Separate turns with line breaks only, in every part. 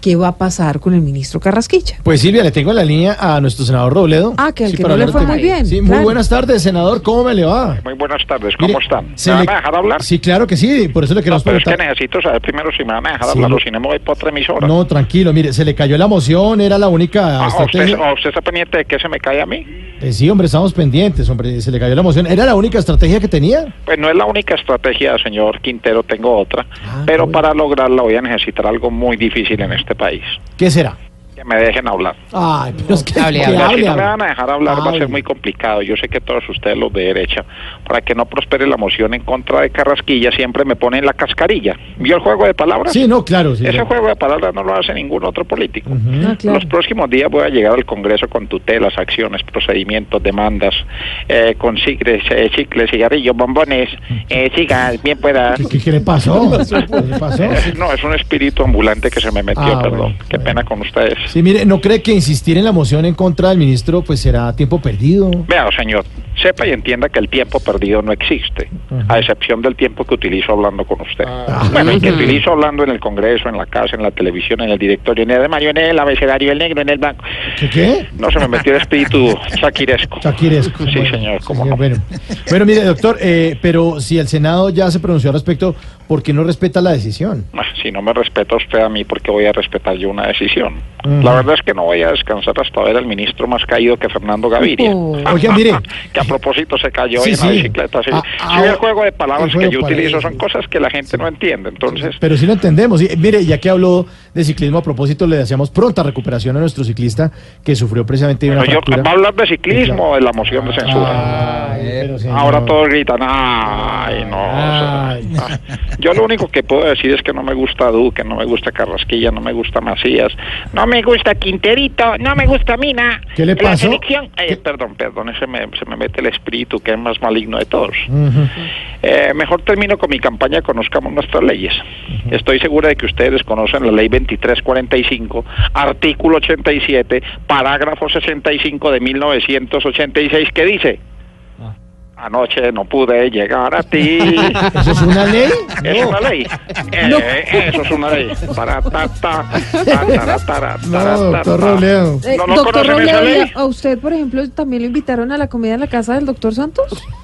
qué va a pasar con el ministro Carrasquilla.
Pues Silvia, le tengo la línea a nuestro senador Robledo.
Ah, que al que
para
no le
hablar
fue
del
muy
tema.
bien,
Sí, muy
claro.
buenas tardes, senador. ¿Cómo me le va?
Muy buenas tardes, ¿cómo
Mire,
están?
se
¿Me van
le-
a dejar hablar?
Sí, claro que sí, por eso le
No,
queremos
pero es que
preguntar.
necesito saber primero si me van a dejar
Sí,
hablar
lo-
o si no me voy por otra emisora.
No, tranquilo, mire, se le cayó la moción, era la única
Ah, usted,
estrategia.
o ¿Usted está pendiente de que se me cae a mí?
Eh, sí, hombre, estamos pendientes, hombre, se le cayó la moción. ¿Era la única estrategia que tenía?
Pues no es la única estrategia, señor Quintero, tengo otra.
Ah,
pero
bueno.
para lograrla voy a necesitar algo muy difícil en este país.
¿Qué será?
Que me dejen hablar.
Ay, pero es que
hable,
que
hable.
Porque
hable,
si no me
hable.
van a dejar hablar va a
Hable.
ser muy complicado. Yo sé que todos ustedes, los de derecha, para que no prospere la moción en contra de Carrasquilla, siempre me ponen la cascarilla. ¿Vio el juego de palabras?
Sí, no, claro, sí.
Ese
claro.
juego de palabras no lo hace ningún otro político.
Ujú.
Ah, claro.
Los próximos días voy a llegar al Congreso con tutelas, acciones, procedimientos, demandas, eh, con chicles, eh, chicles, cigarrillos, bombones, eh, sigas, bien puedas.
¿Qué, qué- qué le pasó? ¿Qué le pasó?
Eh, no, es un espíritu ambulante que se me metió,
Ah,
perdón.
bueno,
Qué
bueno.
pena con ustedes.
Sí, mire, ¿no cree que insistir en la moción en contra del ministro pues será tiempo perdido?
Vea, señor, sepa y entienda que el tiempo perdido no existe,
Ajá.
a excepción del tiempo que utilizo hablando con usted.
Ah.
Bueno, y que
Ujú.
utilizo hablando en el Congreso, en la casa, en la televisión, en el directorio, en el armario, en el abecedario, el negro, en el banco.
¿Qué qué?
No se me metió el espíritu shakiresco.
Shakiresco.
Sí,
Bueno,
señor,
sí,
cómo
señor,
no.
Bueno. Bueno, mire, doctor, eh, pero si el Senado ya se pronunció al respecto, ¿por qué no respeta la decisión?
Ah, Si no me respeta usted a mí, ¿por qué voy a respetar yo una decisión?
Ujú.
La verdad es que no voy a descansar hasta ver al ministro más caído que Fernando Gaviria.
Oh.
Oiga,
Ah,
mire.
Que a propósito se cayó
Sí,
hoy en la
sí.
bicicleta. Sí.
Ah,
Si ve
ah,
el juego de
el
palabras
juego
que yo
de palabras.
utilizo son cosas que la gente no entiende. Entonces,
Pero sí lo entendemos. Sí, mire, ya que habló de ciclismo, a propósito, le deseamos pronta recuperación a nuestro ciclista que sufrió precisamente
bueno,
una
yo
fractura. Ah,
va a hablar de ciclismo, de la moción de censura.
Ay, pero señor.
Ahora todos gritan, ay, no. o sea,
Ay.
ah. Yo lo único que puedo decir es que no me gusta Duque, no me gusta Carrasquilla, no me gusta Macías, no me gusta Quinterito, no me gusta Mina.
¿Qué le
La
pasó?
selección. eh,
¿Qué?
Perdón, perdón, ese me- se me mete el espíritu que es más maligno de todos.
Ujú.
Eh, mejor termino con mi campaña Conozcamos nuestras leyes. Estoy segura de que ustedes conocen la ley 2345, artículo 87, parágrafo 65 de 1986, que dice,
Ah.
anoche no pude llegar a ti.
¿Eso es una ley?
Es una ley. Eh,
No.
Eso es una ley. Para, ta, ta, ta, tara, tara,
No,
tara,
doctor
ta.
Robledo.
Eh,
¿No, no
doctor
conocen esa
Robledo,
ley?
¿a usted, por ejemplo, también lo invitaron a la comida en la casa del doctor Santos?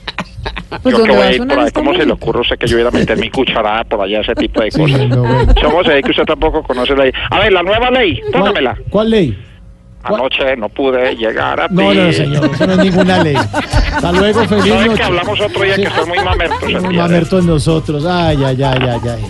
Pues
yo que
donde
voy
va
a
a
ir
sonar
por ahí,
esta
¿cómo se le
música.
ocurre a usted que yo iba a meter mi cucharada por allá, ese tipo de
Sí,
cosas?
no, bueno.
Somos ahí que usted tampoco conoce la ley. A ver, la nueva ley, póngamela.
¿Cuál, cuál ley? ¿Cuál?
Anoche no pude llegar a ti.
No, no, señor, eso no es ninguna ley. Hasta luego, feliz
¿Sabe que
noche. ah,
hablamos otro día que son muy mamertos el
Muy
día de hoy?
mamertos nosotros. Ay, ay, ay, ay, ay.